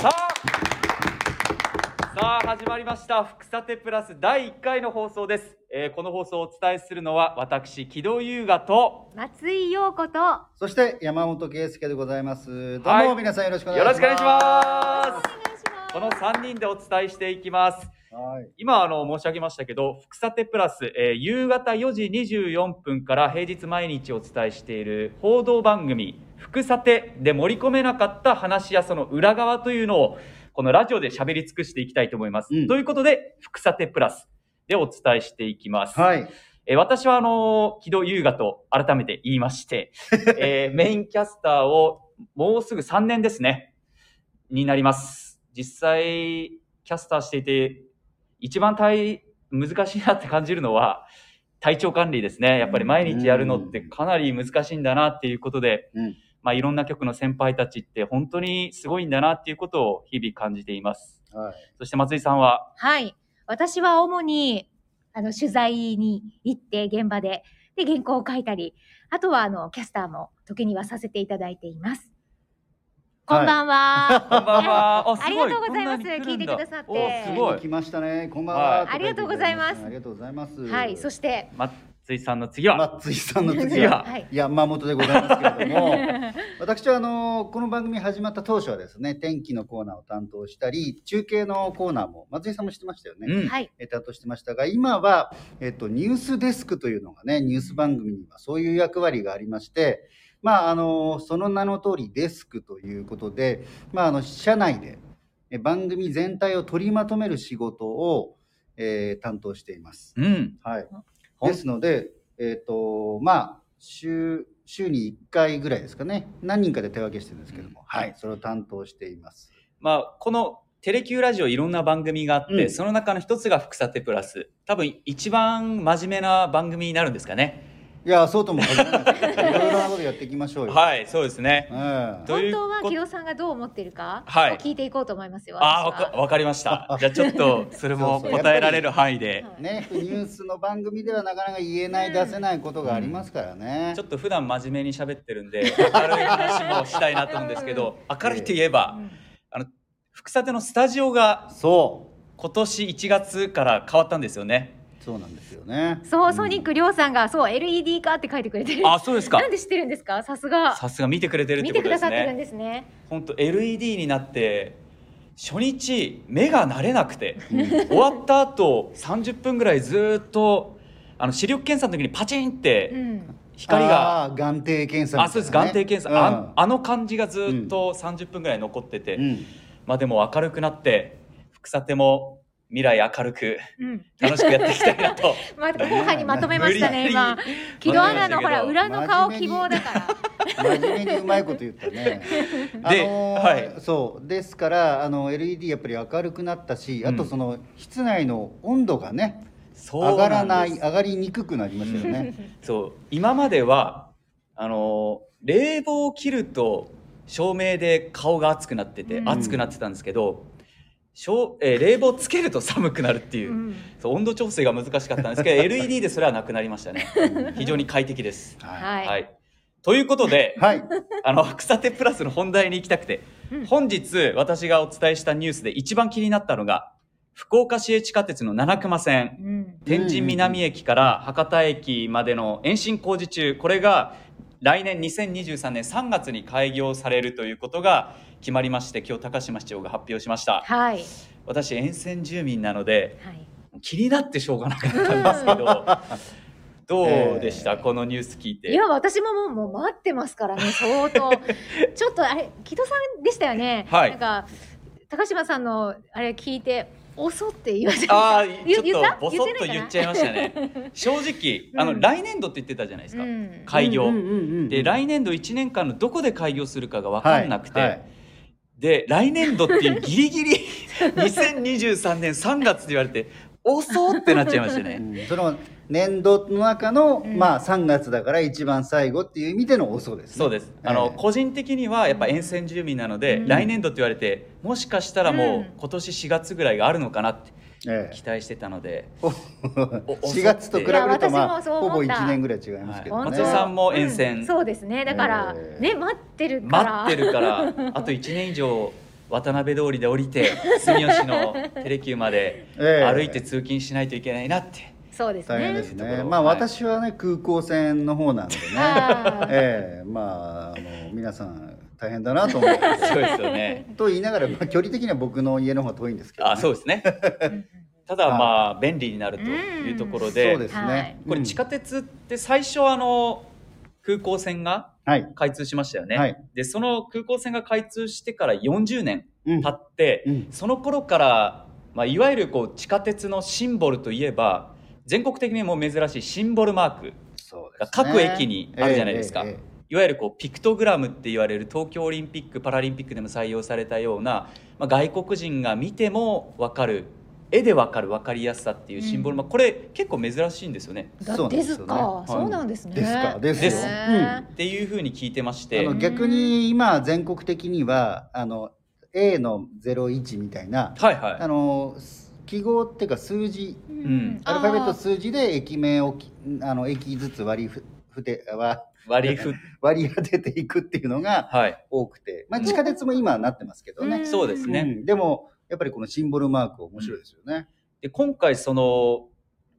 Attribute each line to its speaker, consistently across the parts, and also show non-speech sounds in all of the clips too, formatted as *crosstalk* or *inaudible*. Speaker 1: さあさあ始まりました「福さてプラス」第1回の放送です、えーこの放送をお伝えするのは私木戸優雅と
Speaker 2: 松井陽子と
Speaker 3: そして山本圭介でございます。ど
Speaker 1: は
Speaker 3: う
Speaker 1: い
Speaker 3: も皆さんよろしくお
Speaker 1: よ
Speaker 3: 願いしま
Speaker 1: ろしくお願
Speaker 3: す。
Speaker 1: いしま
Speaker 2: お
Speaker 1: す
Speaker 2: 願いし
Speaker 1: この3人でお伝えしていきます
Speaker 3: はい。
Speaker 1: 今あの申し上げましたけど「福さてプラス、えー夕方4時24分から平日毎日お伝えしている報道番組「福さて」で盛り込めなかった話やその裏側というのをこのラジオで喋り尽くしていきたいと思います。
Speaker 3: うん
Speaker 1: ということで「福さてプラス」でお伝えしていきます。
Speaker 3: はい。
Speaker 1: えー私はあのー木戸優雅と改めて言いまして、えーメインキャスターをもうすぐ3年ですね、になります。実際、キャスターしていて、一番大難しいなって感じるのは、体調管理ですね。やっぱり毎日やるのってかなり難しいんだなっていうことで、
Speaker 3: うん
Speaker 1: まあいろんな局の先輩たちって本当にすごいんだなっていうことを日々感じています。
Speaker 3: はい。
Speaker 1: そして松井さんは、
Speaker 2: はい。私は主に、あの、取材に行って、現場で、で、原稿を書いたり、あとは、あの、キャスターも、時にはさせていただいています。こんばんは。
Speaker 1: こんばんは。あ
Speaker 2: ありがとうございます聞いてくださって
Speaker 1: おすごい
Speaker 3: 来。ましたね。こんばん
Speaker 1: はい
Speaker 3: は。
Speaker 2: ありがとうございます
Speaker 3: ありがとうございます。
Speaker 2: はい。そして、
Speaker 1: 松井さんの次は、
Speaker 3: 松井さんの
Speaker 1: 次
Speaker 3: 次
Speaker 1: は
Speaker 3: は
Speaker 2: *laughs* はい。
Speaker 3: 山本でございますけれども、 *laughs* 私はあのこの番組始まった当初はですね、天気のコーナーを担当したり、中継のコーナーも松井さんもしてましたよね。
Speaker 1: うん、
Speaker 2: *laughs* はい。
Speaker 3: えー担当してましたが今は、えっと、ニュースデスクというのがねニュース番組にはそういう役割がありまして、まあ、あのその名の通りデスクということで、まあ、あの社内でえ番組全体を取りまとめる仕事を、えー担当しています。
Speaker 1: うん、
Speaker 3: はい、
Speaker 1: ほん
Speaker 3: ですので、えっとまあ、週週に1回ぐらいですかね何人かで手分けしてるんですけども、はい、それを担当しています。
Speaker 1: まあこのテレキューラジオいろんな番組があって、
Speaker 3: うん
Speaker 1: その中の一つが「福さてプラス」多分一番真面目な番組になるんですかね
Speaker 3: いやそうとも限らないですけどいろいろなことやっていきましょうよ。
Speaker 1: はいそうですね
Speaker 3: うん
Speaker 1: とい
Speaker 2: 本
Speaker 1: うこ
Speaker 2: 当は、木戸さんがどう思ってるか、
Speaker 1: はい
Speaker 2: を聞いていこうと思いますよ。
Speaker 1: ああ
Speaker 2: 私は
Speaker 1: わかわかりましたじゃあちょっとそれも
Speaker 3: そうそう
Speaker 1: 答えられる範囲で
Speaker 2: はい
Speaker 3: ね、ニュースの番組ではなかなか言えない、
Speaker 2: うん
Speaker 3: 出せないことがありますからね。
Speaker 1: ちょっと普段真面目に喋ってるんで明るい話もしたいなと思うんですけど明るいといえば
Speaker 2: うん
Speaker 1: 福さてのスタジオが
Speaker 3: そ
Speaker 1: 今年1月から変わったんですよね
Speaker 3: う、そうなんですよね。
Speaker 2: そう、ソニックりょうさんが、そう、LED 化って書いてくれてる。
Speaker 1: あそうですか
Speaker 2: なんで知ってるんですかさすが。
Speaker 1: さすが見てくれてるって
Speaker 2: 見
Speaker 1: こ
Speaker 2: て
Speaker 1: と
Speaker 2: く
Speaker 1: で
Speaker 2: だ
Speaker 1: す
Speaker 2: さってる
Speaker 1: ね
Speaker 2: んですね。
Speaker 1: 本当 LED になって初日目が慣れなくて終わった後30分ぐらいずーっとあの視力検査の時にパチンって
Speaker 2: うん。
Speaker 1: 光が、
Speaker 3: あー眼底検査
Speaker 1: あ
Speaker 3: みた
Speaker 1: そう
Speaker 3: い
Speaker 1: です
Speaker 3: な
Speaker 1: 眼
Speaker 3: ね、
Speaker 1: 底検査、あんあの感じがずーっと30分ぐらい残ってて、
Speaker 3: うん、うん
Speaker 1: まあでも明るくなって福さても未来明るく
Speaker 2: うん。
Speaker 1: 楽しくやっていきたいな *laughs* と
Speaker 2: ま後半にまとめましたね、
Speaker 1: 無理や
Speaker 2: 今
Speaker 1: り。
Speaker 2: 木戸アナのほら、
Speaker 1: まとめ
Speaker 2: 裏の顔希望だから。
Speaker 3: 真面目にうまいこと言った
Speaker 1: *laughs*
Speaker 3: ね。
Speaker 1: はい
Speaker 3: そうですからあの LED やっぱり明るくなったし、あとその室内の温度がね
Speaker 1: そう
Speaker 3: 上がらなんい
Speaker 1: です
Speaker 3: 上がりにくくなりましたよね。
Speaker 1: そう今まではあのー冷房を切ると照明で顔が熱くなってて、
Speaker 2: うん
Speaker 1: 熱くなってたんですけどしょうえー冷房つけると寒くなるっていう,、
Speaker 2: うん
Speaker 1: そう温度調整が難しかったんですけど LED でそれはなくなりましたね非常に快適です。
Speaker 3: は
Speaker 1: はい、
Speaker 2: はい。
Speaker 1: ということで、 *laughs*
Speaker 3: い、はい、
Speaker 1: あの草手プラスの本題に行きたくて、
Speaker 2: うん
Speaker 1: 本日私がお伝えしたニュースで一番気になったのが福岡市営地下鉄の七熊線。
Speaker 2: うん。
Speaker 1: 天神南駅から博多駅までの延伸工事中これが来年2023年3月に開業されるということが決まりまして今日高島市長が発表しました
Speaker 2: はい。
Speaker 1: 私沿線住民なので
Speaker 2: はい。
Speaker 1: 気になってしょうがなかったんですけど、どうでした、
Speaker 3: えー
Speaker 1: このニュース聞いて
Speaker 2: いや、私ももう、もう待ってますからね、
Speaker 1: *laughs*
Speaker 2: 相当。ちょっと、あれ、木戸さんでしたよね。
Speaker 1: はい
Speaker 2: なんか、高島さんの、あれ聞いて、遅って言わせて。
Speaker 1: ああ
Speaker 2: 言
Speaker 1: ちょっとボソッと言っちゃいましたね正直あの、
Speaker 2: うん
Speaker 1: 来年度って言ってたじゃないですか、
Speaker 2: うん
Speaker 1: 開業、
Speaker 3: うんうんうんうん
Speaker 1: で来年度1年間のどこで開業するかが分かんなくて、
Speaker 3: はいはい
Speaker 1: で来年度っていうギリギリ *laughs* 2023年3月って言われて遅ってなっちゃいましたね。
Speaker 3: その年度の中の、
Speaker 2: うん
Speaker 3: まあ3月だから一番最後っていう意味での遅です、ね、
Speaker 1: そうです、あの
Speaker 3: ええ
Speaker 1: 個人的にはやっぱ沿線住民なので、
Speaker 2: うん
Speaker 1: 来年度って言われてもしかしたらもう
Speaker 2: うん
Speaker 1: 今年4月ぐらいがあるのかなって
Speaker 3: ええ
Speaker 1: 期待してたので、 *laughs* お
Speaker 3: 4月と比べる
Speaker 2: いや私
Speaker 3: と、
Speaker 2: も
Speaker 3: まあ、
Speaker 2: そう思
Speaker 3: ほ
Speaker 2: った
Speaker 3: ぼ1年ぐらい違いますけど
Speaker 2: 本
Speaker 3: ね、
Speaker 2: 当
Speaker 1: 松井さんも沿線
Speaker 2: うんそうですね。だから、
Speaker 3: えー
Speaker 2: ね、待ってるから。
Speaker 1: 待ってるからあと1年以上渡辺通りで降りて住吉のテレキューまで
Speaker 3: ええ
Speaker 1: 歩いて通勤しないといけないなって、
Speaker 2: そうです
Speaker 3: 大変で
Speaker 2: ね
Speaker 3: す
Speaker 1: とこ
Speaker 3: ね。
Speaker 1: ろ
Speaker 3: まあ、
Speaker 1: はい
Speaker 3: 私はね、空港線の
Speaker 2: *laughs*
Speaker 3: 方なんでね。
Speaker 2: あー
Speaker 3: ええまあ、あの、皆さん大変だなと思って。
Speaker 1: そうですよね
Speaker 3: と言いながら、まあ、距離的には僕の家の方が遠いんですけど、
Speaker 1: あそうですね
Speaker 2: うん
Speaker 1: ただまあ便利になるというところで,、
Speaker 3: そうですね。
Speaker 2: はい
Speaker 1: これ地下鉄って最初あの空港線が
Speaker 3: うんはい。
Speaker 1: 開通しましたよね、
Speaker 3: はい
Speaker 1: でその空港線が開通してから40年
Speaker 3: うん
Speaker 1: 経って、
Speaker 3: うん
Speaker 1: その頃から、まあ、いわゆるこう地下鉄のシンボルといえば全国的にも珍しいシンボルマーク
Speaker 3: そうですね
Speaker 1: が各駅にあるじゃないですか
Speaker 3: ええええ
Speaker 1: いわゆるこうピクトグラムって言われる東京オリンピック・パラリンピックでも採用されたような、まあ、外国人が見ても分かる絵で分かる分かりやすさっていうシンボルマーク、これ結構珍しいんですよね。
Speaker 2: だですか、
Speaker 1: そう
Speaker 2: そう
Speaker 1: な
Speaker 2: なんですね。
Speaker 3: ですかです
Speaker 1: よ
Speaker 2: ね
Speaker 1: っていうふうに聞いてまし
Speaker 3: あ
Speaker 1: て
Speaker 3: の
Speaker 2: うん
Speaker 3: 逆に今全国的にはあの A の01みたいな
Speaker 1: はいはい
Speaker 3: あの記号っていうか数字
Speaker 2: うん
Speaker 3: アルファベット
Speaker 2: あー
Speaker 3: 数字で駅名をきあの駅ずつ割りふふてわ *laughs*
Speaker 1: 割り振っ
Speaker 3: 割り当てていくっていうのが
Speaker 1: はい
Speaker 3: 多くて、まあ、
Speaker 1: うん
Speaker 3: 地下鉄も今はなってますけどね、
Speaker 2: ん
Speaker 1: そうですね
Speaker 3: うんでもやっぱりこのシンボルマーク面白いですよね、
Speaker 1: で今回その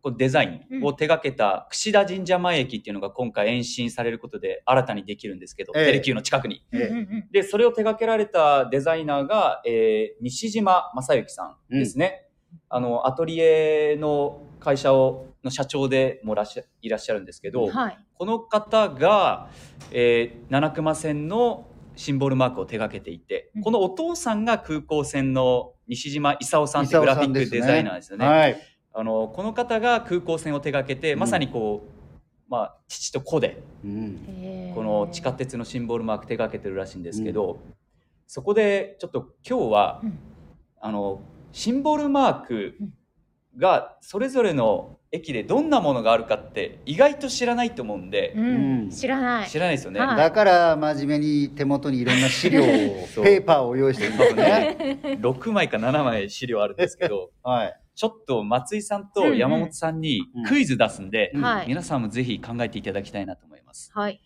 Speaker 1: こうデザインを手掛けた櫛田神社前駅っていうのが今回延伸されることで新たにできるんですけど、
Speaker 3: ええ
Speaker 1: テレキューの近くに。
Speaker 2: うんう
Speaker 3: ええ
Speaker 2: ん
Speaker 1: で、それを手掛けられたデザイナーが、えー西島正幸さんですね。あの、アトリエの会社を、の社長でもらっしゃいらっしゃるんですけ
Speaker 2: う
Speaker 1: ど、
Speaker 2: んはい。
Speaker 1: この方が、えー七熊線のシンボルマークを手掛けていて、
Speaker 2: うん
Speaker 1: このお父さんが空港線の西島勲さんって
Speaker 3: 功
Speaker 1: グラフ
Speaker 3: さ
Speaker 1: ィ
Speaker 3: ん
Speaker 1: ッ
Speaker 3: で
Speaker 1: ク
Speaker 3: す
Speaker 1: デ
Speaker 3: ね
Speaker 1: ザイナーですよね。
Speaker 3: はい
Speaker 1: あのこの方が空港線を手掛けて、
Speaker 3: うん
Speaker 1: まさにこう、まあ、父と子で
Speaker 3: うん
Speaker 1: この地下
Speaker 2: 鉄
Speaker 1: 鉄のシンボルマーク手掛けてるらしいんですけど、そこでちょっと今日は、あのシンボルマークがそれぞれの駅でどんなものがあるかって意外と知らないと思うんで、
Speaker 3: うん
Speaker 2: 知らない。
Speaker 1: 知らないですよね。
Speaker 2: はい
Speaker 3: だから真面目に手元にいろんな資料を
Speaker 1: *laughs* そう
Speaker 3: ペーパーを用意してるんで
Speaker 1: *laughs*
Speaker 2: *laughs*
Speaker 3: すね。
Speaker 1: 6枚か7枚資料あるんですけ
Speaker 3: *laughs*
Speaker 1: ど
Speaker 3: はい、
Speaker 1: ちょっと松井さんと山本さんにクイズ出すんで、
Speaker 3: うん
Speaker 2: はい
Speaker 1: 皆さんもぜひ考えていただきたいなと思います。
Speaker 2: はい。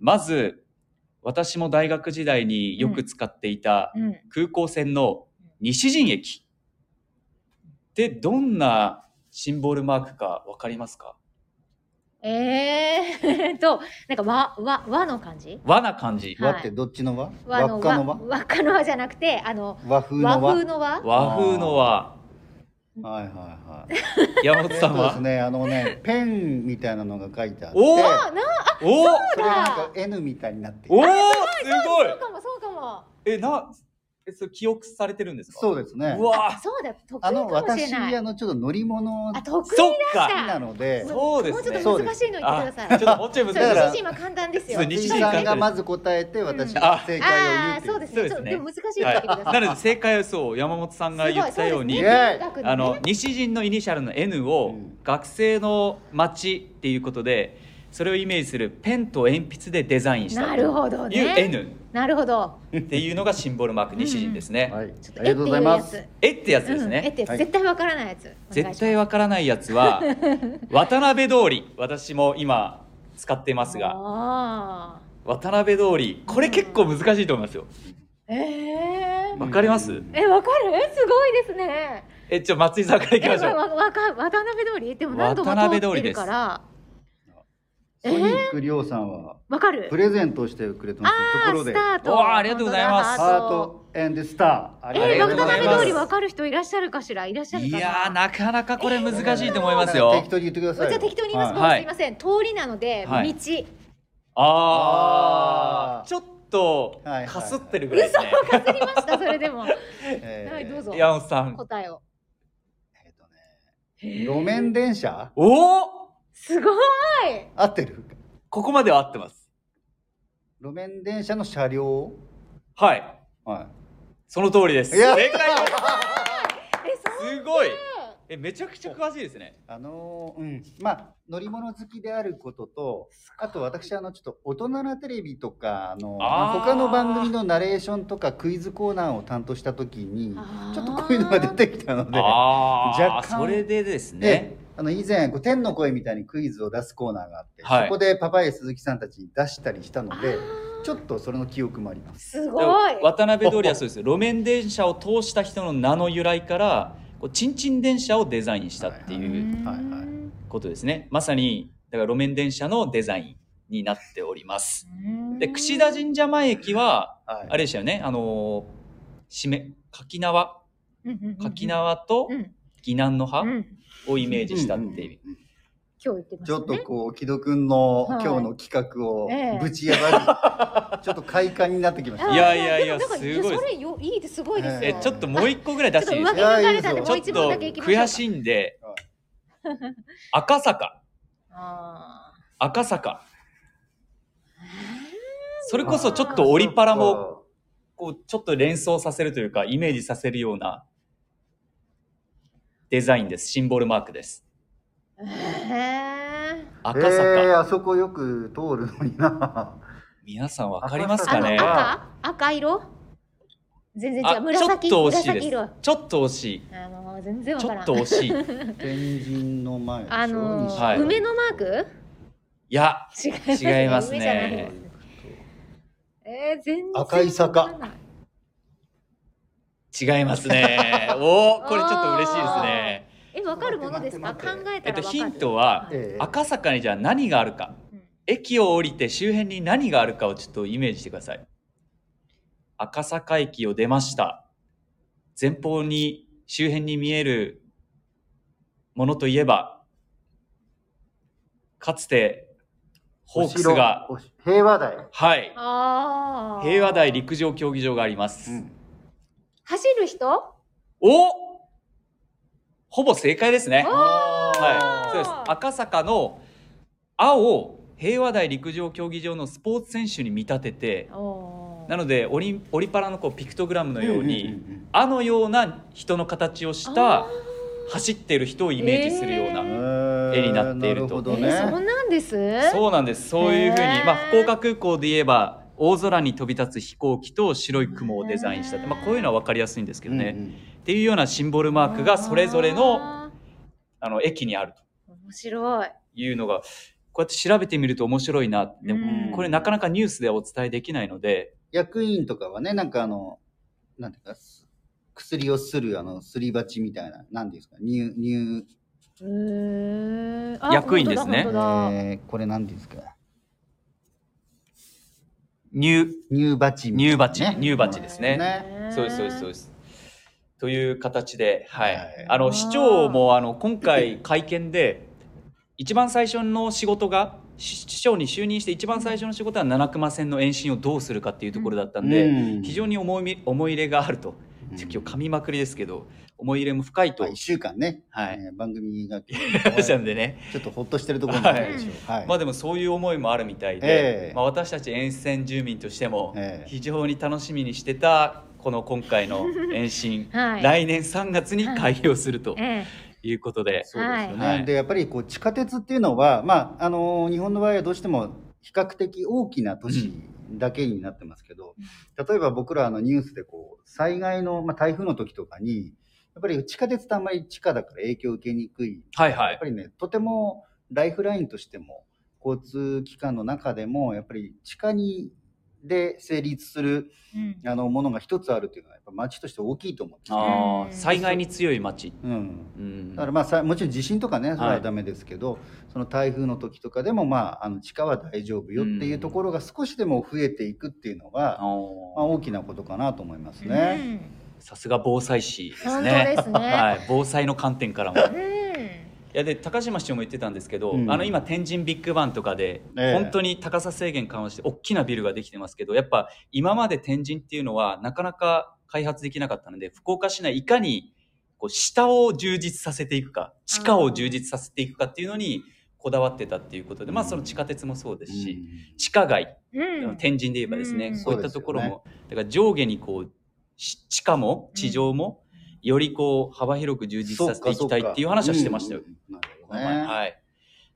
Speaker 1: まず私も大学時代によく使っていた
Speaker 2: うん。
Speaker 1: 空港線の西陣駅でどんなシンボルマークかわかりますか
Speaker 2: えー *laughs* と、なんか和、和、和の感じ
Speaker 1: 和な感じ
Speaker 2: はい
Speaker 3: 和ってどっちの和
Speaker 2: 和
Speaker 3: 輪
Speaker 2: の
Speaker 3: っか
Speaker 2: 和。
Speaker 3: の和
Speaker 2: 輪っかの和じゃなくて、あの、
Speaker 3: 和風の
Speaker 2: 和
Speaker 3: 和
Speaker 2: 風の和
Speaker 1: 和風の和
Speaker 3: はいはいはい。
Speaker 1: 山
Speaker 3: え
Speaker 1: 本
Speaker 3: っ
Speaker 1: さん
Speaker 3: とで
Speaker 1: は
Speaker 3: す、ね、あ
Speaker 1: *laughs*
Speaker 3: のね、ペンみたいなのが書いてあって、
Speaker 1: おー
Speaker 2: あ、な、
Speaker 1: おー
Speaker 3: それがなんか N みたいになってい
Speaker 1: お
Speaker 3: る。
Speaker 1: ーすごい
Speaker 2: そうかも、そうかも。
Speaker 1: えなえそれ記憶されてるんですか
Speaker 3: そうですね
Speaker 1: う。わ
Speaker 2: そうだ、得意
Speaker 3: あ
Speaker 2: か
Speaker 3: の
Speaker 2: もしれ
Speaker 3: 私
Speaker 2: ない。
Speaker 3: あのちょっと乗り物
Speaker 2: あ、得意
Speaker 1: そっか
Speaker 3: なので、
Speaker 1: そうですね
Speaker 2: もうちょっと難しいの言ってくださ
Speaker 1: あ
Speaker 2: い。
Speaker 1: ちょっともうちょい
Speaker 2: そう、
Speaker 1: 難し
Speaker 2: 西
Speaker 1: い
Speaker 3: だから
Speaker 2: 陣は簡単ですよ。
Speaker 1: そう西
Speaker 3: 西
Speaker 1: 陣
Speaker 3: さんがまず答えて私が正解
Speaker 2: あ
Speaker 3: を
Speaker 2: あ
Speaker 3: 言
Speaker 2: そうう
Speaker 3: って
Speaker 2: で
Speaker 3: い
Speaker 2: すね。
Speaker 3: う。
Speaker 2: ちょっとでも難しいって言ってください。
Speaker 1: なので正解はそう山本さんが言ったように
Speaker 3: すごいそうですね
Speaker 1: あの西陣のイニシャルの N
Speaker 3: う
Speaker 1: を
Speaker 3: ん
Speaker 1: 学生の街っていうことでそれをイメージするペンと鉛筆でデザインした
Speaker 2: なるほど
Speaker 1: いう
Speaker 2: ね。
Speaker 1: N
Speaker 2: なるほど。
Speaker 1: っていうのがシンボルマーク
Speaker 2: うん
Speaker 1: 西陣ですね、
Speaker 3: はい、ありがとうございます。
Speaker 1: えってやつです
Speaker 2: えっ
Speaker 1: ね、
Speaker 2: て絶対わからないやつ。
Speaker 1: 絶対わからないやつ
Speaker 2: *laughs*
Speaker 1: は渡辺通り私も今使ってますが
Speaker 2: が。
Speaker 1: 渡辺通りこれ結構難しいと思いますよ
Speaker 2: ええ。
Speaker 1: わかります
Speaker 3: うん
Speaker 2: えわかる？すごいですね。
Speaker 1: えちょ松井さんからいき
Speaker 2: え
Speaker 1: ましょ
Speaker 2: わ
Speaker 1: う
Speaker 2: わか渡辺通りでも何度も通ってるから
Speaker 3: ソニック亮さんは
Speaker 2: わかる
Speaker 3: プ。レゼントをしてくれてま
Speaker 2: あ
Speaker 3: す。とこ
Speaker 2: あ
Speaker 3: ろ
Speaker 2: ス
Speaker 3: で、
Speaker 2: タ
Speaker 3: ハ
Speaker 2: ート。
Speaker 1: うわありがとうございます
Speaker 2: ハ
Speaker 3: ー
Speaker 2: ート
Speaker 3: トエンドスター。あり
Speaker 1: あ
Speaker 2: え
Speaker 1: り
Speaker 2: ー、
Speaker 1: がと
Speaker 2: 渡
Speaker 1: うございます
Speaker 2: 辺通りわかる人いらっしゃるかしらいらっしゃる
Speaker 1: い
Speaker 2: かな。
Speaker 1: やーなかなかこれ難しいと思います
Speaker 3: だから
Speaker 1: よ
Speaker 3: 適当に言ってくだ
Speaker 2: じゃ
Speaker 3: さいよ。
Speaker 2: あ適当に言います。も
Speaker 1: はいう
Speaker 2: すいません。通りなので、
Speaker 1: はい
Speaker 2: 道。
Speaker 1: あ
Speaker 3: あー
Speaker 1: ーちょっと
Speaker 3: はいはい
Speaker 1: かすってるぐらいですね、
Speaker 2: わかりました。そ
Speaker 1: *laughs*
Speaker 2: れでも。は
Speaker 3: はいえー
Speaker 2: い、どうぞ。
Speaker 1: 山本さん
Speaker 2: 答えを。
Speaker 3: えっとね、路面電車
Speaker 1: おお
Speaker 2: すごい。
Speaker 3: 合ってる
Speaker 1: ここまでは合ってます
Speaker 3: 路面電車の車両
Speaker 1: はい
Speaker 3: は
Speaker 1: その通りです
Speaker 3: いや
Speaker 1: 正解です
Speaker 2: え、そう。
Speaker 1: すごいえめちゃくちゃ詳しいですね
Speaker 3: あのーうんまあ乗り物好きであることとあと私あのちょっと大人なテレビとかあの
Speaker 1: あー
Speaker 3: 他の番組のナレーションとかクイズコーナーを担当した時に
Speaker 2: あー
Speaker 3: ちょっとこういうのが出てきたので
Speaker 1: ああ
Speaker 3: 若干
Speaker 1: それでですね
Speaker 3: であの以前こう天の声みたいにクイズを出すコーナーがあって、
Speaker 1: はい
Speaker 3: そこでパパイヤ鈴木さんたちに出したりしたので
Speaker 2: あ
Speaker 3: ちょっとそれの記憶もあります。
Speaker 2: すごい。
Speaker 1: 渡辺通りはそうです路面電車を通した人の名の由来からこうチンチン電車をデザインしたって
Speaker 2: う
Speaker 1: いうん
Speaker 3: はいは
Speaker 2: う
Speaker 3: い
Speaker 2: ん
Speaker 1: ことですねまさにだから路面電車のデザインになっておりますで櫛田神社前駅は
Speaker 3: はい、
Speaker 1: あれでしたよねあのしめ柿縄
Speaker 2: うんうんうん
Speaker 1: 柿縄と
Speaker 2: うん
Speaker 1: 疑難の葉
Speaker 2: うん
Speaker 1: をイメージしたっていう
Speaker 3: うんうんうん
Speaker 2: 今日言ってまし
Speaker 3: ち
Speaker 2: た
Speaker 3: ょ
Speaker 2: ね
Speaker 3: っとこう木戸くんの
Speaker 2: は
Speaker 3: 今
Speaker 2: い
Speaker 3: 日の企画を
Speaker 2: ええ
Speaker 3: ぶち破る、 *laughs* ちょっと快感になってきまし
Speaker 2: あー
Speaker 1: いや
Speaker 3: た。
Speaker 1: いやいや
Speaker 2: でもなん
Speaker 1: すご
Speaker 2: か
Speaker 1: いです
Speaker 2: それよいいですすごいです
Speaker 3: え
Speaker 1: え
Speaker 2: よ。
Speaker 1: ちょっともう一個ぐらい出していいです
Speaker 2: 上
Speaker 1: か
Speaker 2: 手がれたんで
Speaker 3: いやい
Speaker 2: も
Speaker 3: いぞ
Speaker 1: ち
Speaker 2: う
Speaker 1: ょっ
Speaker 2: 一問だけ行
Speaker 1: と
Speaker 2: きましょうか。
Speaker 1: 悔しいんで
Speaker 3: はい
Speaker 1: 赤坂
Speaker 2: あ
Speaker 1: 赤坂
Speaker 2: ー
Speaker 1: *laughs* それこそちょっとオリパラもこうちょっと連想させるというかイメージさせるようなデザインですシンボルマークです
Speaker 2: へー
Speaker 1: 赤
Speaker 3: 赤
Speaker 1: 坂、
Speaker 3: 坂、えーあそこよく通るのにな。 *laughs*
Speaker 1: 皆さんわかります
Speaker 2: あ
Speaker 1: か
Speaker 2: の
Speaker 1: ね
Speaker 2: 赤赤色全然違
Speaker 1: あ
Speaker 2: う
Speaker 1: ちょっ
Speaker 2: 紫
Speaker 1: と惜しいで
Speaker 2: 紫
Speaker 1: す
Speaker 2: 色あ
Speaker 1: ちょっと惜しい
Speaker 2: のー全然わ
Speaker 1: ちょ
Speaker 2: から
Speaker 1: っ
Speaker 2: ん
Speaker 1: と惜
Speaker 2: *laughs*
Speaker 1: しい
Speaker 3: 天神の前でしょ。
Speaker 2: あのー
Speaker 3: 西
Speaker 1: はい
Speaker 2: 梅のマーク
Speaker 1: いや
Speaker 2: 違います
Speaker 1: 違いますね
Speaker 2: 梅じゃないですえー、全然
Speaker 3: 赤い坂
Speaker 2: わからない
Speaker 1: 違います
Speaker 2: *laughs*
Speaker 1: ねおおこれちょっと嬉しいですね
Speaker 2: えわかるものですか
Speaker 3: 待っ
Speaker 2: 考
Speaker 3: て待っ
Speaker 2: え
Speaker 3: て待
Speaker 1: え
Speaker 2: た
Speaker 1: っと
Speaker 2: らわかる
Speaker 1: ヒントは
Speaker 2: え
Speaker 3: ええ
Speaker 1: 赤坂にじゃあ何があるか駅を降りて周辺に何があるかをちょっとイメージしてください。赤坂駅を出ました。前方に周辺に見えるものといえば、かつてホークスが、
Speaker 3: お城お平和台。
Speaker 1: はい、
Speaker 2: あー
Speaker 1: 平和台陸上競技場があります。
Speaker 3: うん
Speaker 2: 走る人
Speaker 1: おほぼ正解ですね。はい、
Speaker 2: は
Speaker 1: そうです。赤坂の青を平和台陸上競技場のスポーツ選手に見立てて、
Speaker 2: おー
Speaker 1: なのでオリンオリパラのこうピクトグラムのように、
Speaker 3: んんん
Speaker 1: あのような人の形をした
Speaker 2: あ
Speaker 1: 走ってる人をイメージするような、
Speaker 2: え
Speaker 1: 絵になっていると
Speaker 3: なる
Speaker 2: え
Speaker 3: ほどね。
Speaker 2: ー、そうなんです
Speaker 1: そうなんですそういうふうに、
Speaker 2: へー
Speaker 1: まあ、福岡空港で言えば大空に飛び立つ飛行機と白い雲をデザインしたって、まあ、こういうのは分かりやすいんですけどね、
Speaker 3: うんうん
Speaker 1: っていうようなシンボルマークがそれぞれの
Speaker 2: あ
Speaker 1: あの駅にあると
Speaker 2: ー面白い
Speaker 1: いうのがこうやって調べてみると面白いなでも
Speaker 2: うん
Speaker 1: これなかなかニュースではお伝えできないので
Speaker 3: 役員とかはね、なんかあの、なんていうか、す薬をするあのすり鉢みたいな、なんていうんですか、乳乳、
Speaker 2: へーあ
Speaker 1: 役員ですね
Speaker 2: 本
Speaker 3: え
Speaker 2: 当だ本当だ
Speaker 3: ー、これなんていうんですか、
Speaker 1: 入
Speaker 3: 乳鉢みたい
Speaker 1: 入
Speaker 3: な、
Speaker 1: 鉢入鉢ですね。
Speaker 3: ね
Speaker 1: そうですそうですそうです。という形で、はい、
Speaker 3: はい
Speaker 1: あ
Speaker 2: あ
Speaker 1: の
Speaker 2: ー、
Speaker 1: 市長もあの今回会見で一番最初の仕事がし市長に就任して一番最初の仕事は七熊線の延伸をどうするかっていうところだったんで、
Speaker 3: うん
Speaker 1: 非常に思いみ思い入れがあると、
Speaker 3: うん
Speaker 1: 今日噛みまくりですけど思い入れも深いと、
Speaker 3: まあ、一週間ね、
Speaker 1: はい、
Speaker 3: えー番
Speaker 1: *laughs*
Speaker 3: 組が
Speaker 1: し
Speaker 3: ち
Speaker 1: た
Speaker 3: ょ
Speaker 1: んでね、
Speaker 3: っとほっとしてるところもあるでしょう。はい。
Speaker 1: まあでもそういう思いもあるみたいで、
Speaker 3: ええ
Speaker 1: まあ私たち沿線住民としても
Speaker 3: ええ
Speaker 1: 非常に楽しみにしてたこの今回
Speaker 3: *laughs*
Speaker 1: の延伸
Speaker 2: はい
Speaker 1: 来年3月に開業すると。
Speaker 2: え
Speaker 1: いうことで。
Speaker 3: そうですよね。
Speaker 1: はい
Speaker 3: でやっぱりこう地下鉄っていうのは、まああのー日本の場合はどうしても比較的大きな都市だけになってますけど、例えば僕らあのニュースでこう災害の、まあ、台風の時とかにやっぱり地下鉄ってあんまり地下だから影響を受けにくい
Speaker 1: はいは
Speaker 3: やっ。ぱりねとてもライフラインとしても交通機関の中でもやっぱり地下にで成立する
Speaker 2: えうん
Speaker 3: あのものが一つあるというのはやっぱ町として大きいと思うんですよ
Speaker 1: あ
Speaker 2: う
Speaker 1: あ、
Speaker 2: ん
Speaker 1: 災害に強い町。
Speaker 3: うん、
Speaker 1: うん
Speaker 3: だからまあさもちろん地震とかねそれ
Speaker 1: は
Speaker 3: はいダメですけど、その台風の時とかでもまああの地下は大丈夫よっていうところが少しでも増えていくっていうのは、まあ、
Speaker 1: あー
Speaker 3: 大きなことかなと思いますね。
Speaker 1: さすが防災士で
Speaker 2: うん
Speaker 1: す
Speaker 2: 本当
Speaker 1: ね
Speaker 2: で。すね、
Speaker 1: *laughs* はい、防災の観点からも。
Speaker 2: う
Speaker 1: い
Speaker 2: ん
Speaker 1: やで高島市長も言ってたんですけど、
Speaker 3: うん
Speaker 1: あの今天神ビッグバンとかで、
Speaker 3: ええ
Speaker 1: 本当に高さ制限緩和して大きなビルができてますけどやっぱ今まで天神っていうのはなかなか開発できなかったので福岡市内いかにこう下を充実させていくか地下を充実させていくかっていうのにこだわってたっていうことで、まあその地下鉄もそうですし、地下街
Speaker 2: うん
Speaker 1: 天神で言えばですね、
Speaker 2: うん
Speaker 1: こういったところも、だから上下にこうし地下も地上もよりこう幅広く充実させていきたいっていう話はしてましたよ。
Speaker 3: うんなるほ
Speaker 1: こ
Speaker 3: ど
Speaker 1: の
Speaker 3: ね
Speaker 1: 前はい。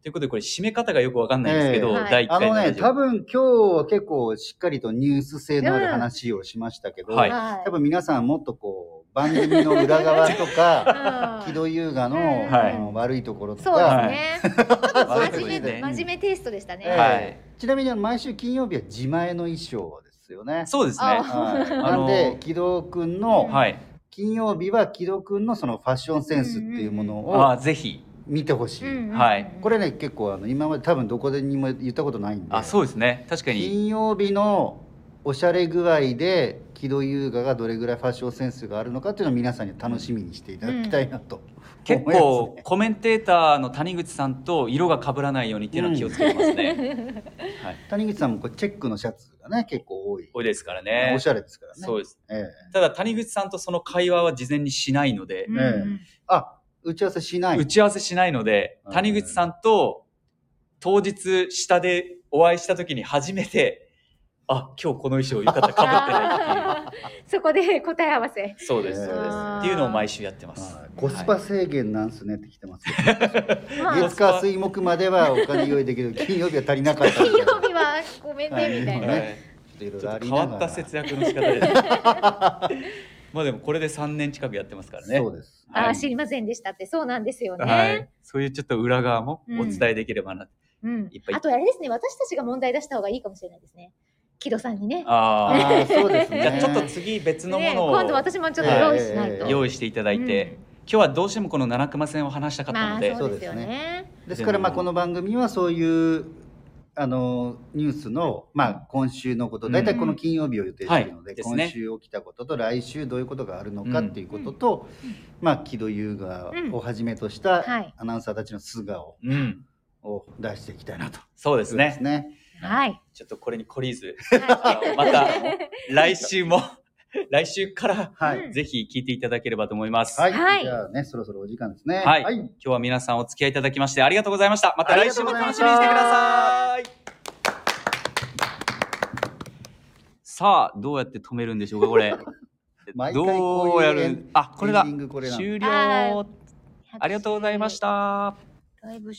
Speaker 1: ということでこれ締め方がよくわかんないんですけど、
Speaker 2: ええはい
Speaker 1: 第1
Speaker 3: あ
Speaker 1: 回
Speaker 3: の
Speaker 1: のラ
Speaker 3: ね
Speaker 1: ジオ
Speaker 3: 多分今日は結構しっかりとニュース性のある話をしましたけど、
Speaker 1: うんはい
Speaker 2: は
Speaker 3: 多分皆さんもっとこう番組の裏側
Speaker 2: *laughs*
Speaker 3: とか
Speaker 2: う
Speaker 3: 木
Speaker 2: ん
Speaker 3: 戸優雅の
Speaker 2: うん
Speaker 1: はい
Speaker 3: あの悪いところと
Speaker 2: そうです
Speaker 3: か、
Speaker 2: ね。ちょっと真面
Speaker 1: *laughs*
Speaker 2: 目、
Speaker 1: はい
Speaker 2: 真面目テイストでしたね。
Speaker 3: ええ
Speaker 1: はい
Speaker 3: ちなみにあの毎週金曜日は自前の衣装ですよね。
Speaker 1: そうですね。
Speaker 2: あ
Speaker 3: はい、
Speaker 1: あ
Speaker 3: なん
Speaker 1: の
Speaker 3: で木戸くんの
Speaker 1: はい。
Speaker 3: 金曜日は木戸くんのそのファッションセンスっていうもの
Speaker 1: あ
Speaker 3: を
Speaker 1: あ、ぜひ。
Speaker 3: 見てほしい。
Speaker 2: うんうん
Speaker 1: はい
Speaker 3: これね結構あの今まで多分どこでにも言ったことないんで
Speaker 1: あ、そうですね。確かに。
Speaker 3: 金曜日のおしゃれ具合で木戸優雅がどれぐらいファッションセンスがあるのかっていうのを皆さんに楽しみにしていただきたいなと、
Speaker 1: 結
Speaker 3: 思います
Speaker 1: 構
Speaker 3: ね
Speaker 1: コメンテーターの谷口さんと色が被らないようにっていうのは気をつけてますね。はい。
Speaker 3: 谷口さんもこうチェックのシャツがね結構多い、
Speaker 1: 多いですからね
Speaker 3: おし。ゃれですからね
Speaker 1: そうです。
Speaker 3: ええ
Speaker 1: ただ谷口さんとその会話は事前にしないので
Speaker 2: う、んうん
Speaker 3: あ打ち合わせしない
Speaker 1: 打ち合わせしないので、
Speaker 3: はい
Speaker 1: 谷口さんと当日下でお会いした時に初めて、あ、今日この衣装浴衣被ってない *laughs* っていう。
Speaker 2: あーそこで答え合わせ。
Speaker 1: そうです、そうです。
Speaker 2: あー
Speaker 1: っていうのを毎週やってます
Speaker 3: はい。コスパ
Speaker 1: はい
Speaker 3: 制限なんすねって来てますけど、
Speaker 2: まあ、
Speaker 1: いや
Speaker 3: 月火水木まではお金用意できる金曜日は足りなかったみ
Speaker 2: 金
Speaker 3: たいな
Speaker 2: 曜日はごめんねみたい
Speaker 3: は
Speaker 2: な。
Speaker 3: い
Speaker 1: はい
Speaker 3: いろい
Speaker 1: ち
Speaker 3: ろ
Speaker 1: ょ
Speaker 3: あ
Speaker 1: っと
Speaker 3: り
Speaker 1: 変
Speaker 3: なが
Speaker 1: わ
Speaker 3: ら
Speaker 1: った節約の仕方です。
Speaker 3: *laughs*
Speaker 1: まあでもこれで3年近くやってますからね。
Speaker 3: そうです
Speaker 2: あ
Speaker 1: は
Speaker 2: ー
Speaker 1: い
Speaker 2: 知りませんでしたってそうなんですよね。
Speaker 1: はい。そういうちょっと裏側もお伝えできれば
Speaker 2: *laughs*
Speaker 1: な。
Speaker 2: うん
Speaker 1: いっぱい
Speaker 2: あとあれですね、私たちが問題出した方がいいかもしれないですね。木戸さんにね。
Speaker 1: ああ。
Speaker 3: あーそうで
Speaker 1: *laughs*
Speaker 3: すね
Speaker 1: じゃあちょっと次別のも
Speaker 2: ね
Speaker 1: の
Speaker 2: 今度
Speaker 1: を
Speaker 2: 私もちょっと用意しない
Speaker 3: え
Speaker 2: と。
Speaker 3: え
Speaker 1: 用意していただい
Speaker 2: うん
Speaker 1: て、今日はどうしてもこの七熊線を話したかった
Speaker 2: ま
Speaker 1: の
Speaker 2: あ
Speaker 1: で、
Speaker 2: そうですよね。
Speaker 3: ですからまあこの番組はそういうあのニュースの、まあ、今週のこと
Speaker 1: うん
Speaker 3: 大体この金曜日を予定しているので,、
Speaker 1: はいですね
Speaker 3: 今週起きたことと来週どういうことがあるのかっていうことと、
Speaker 2: うんうん
Speaker 3: まあ、木戸優雅をはじめとした
Speaker 2: うんはい
Speaker 3: アナウンサーたちの素顔
Speaker 1: うん、
Speaker 3: を出していきたいなと。
Speaker 1: そうですね。
Speaker 2: はい。
Speaker 1: ちょっとこれに懲りず、
Speaker 2: は
Speaker 1: あのまた来週も来週から
Speaker 3: はい、
Speaker 2: うん
Speaker 1: ぜひ聞いていただければと思います。
Speaker 3: はい、
Speaker 2: はい
Speaker 3: じゃあねそろそろお時間ですね。
Speaker 1: はい今日は皆さんお付き合いいただきましてありがとうございました。また来週も楽しみにしてください。さあ、どうやって止めるんでしょうか、こ *laughs* れ。
Speaker 3: 毎回こ
Speaker 1: ど
Speaker 3: う
Speaker 1: う
Speaker 3: いう
Speaker 1: や
Speaker 3: エン
Speaker 1: るあ、これだ
Speaker 3: エンディン。グこれなの
Speaker 1: 終
Speaker 2: は
Speaker 1: 了。ありがとうございました。
Speaker 2: だいぶ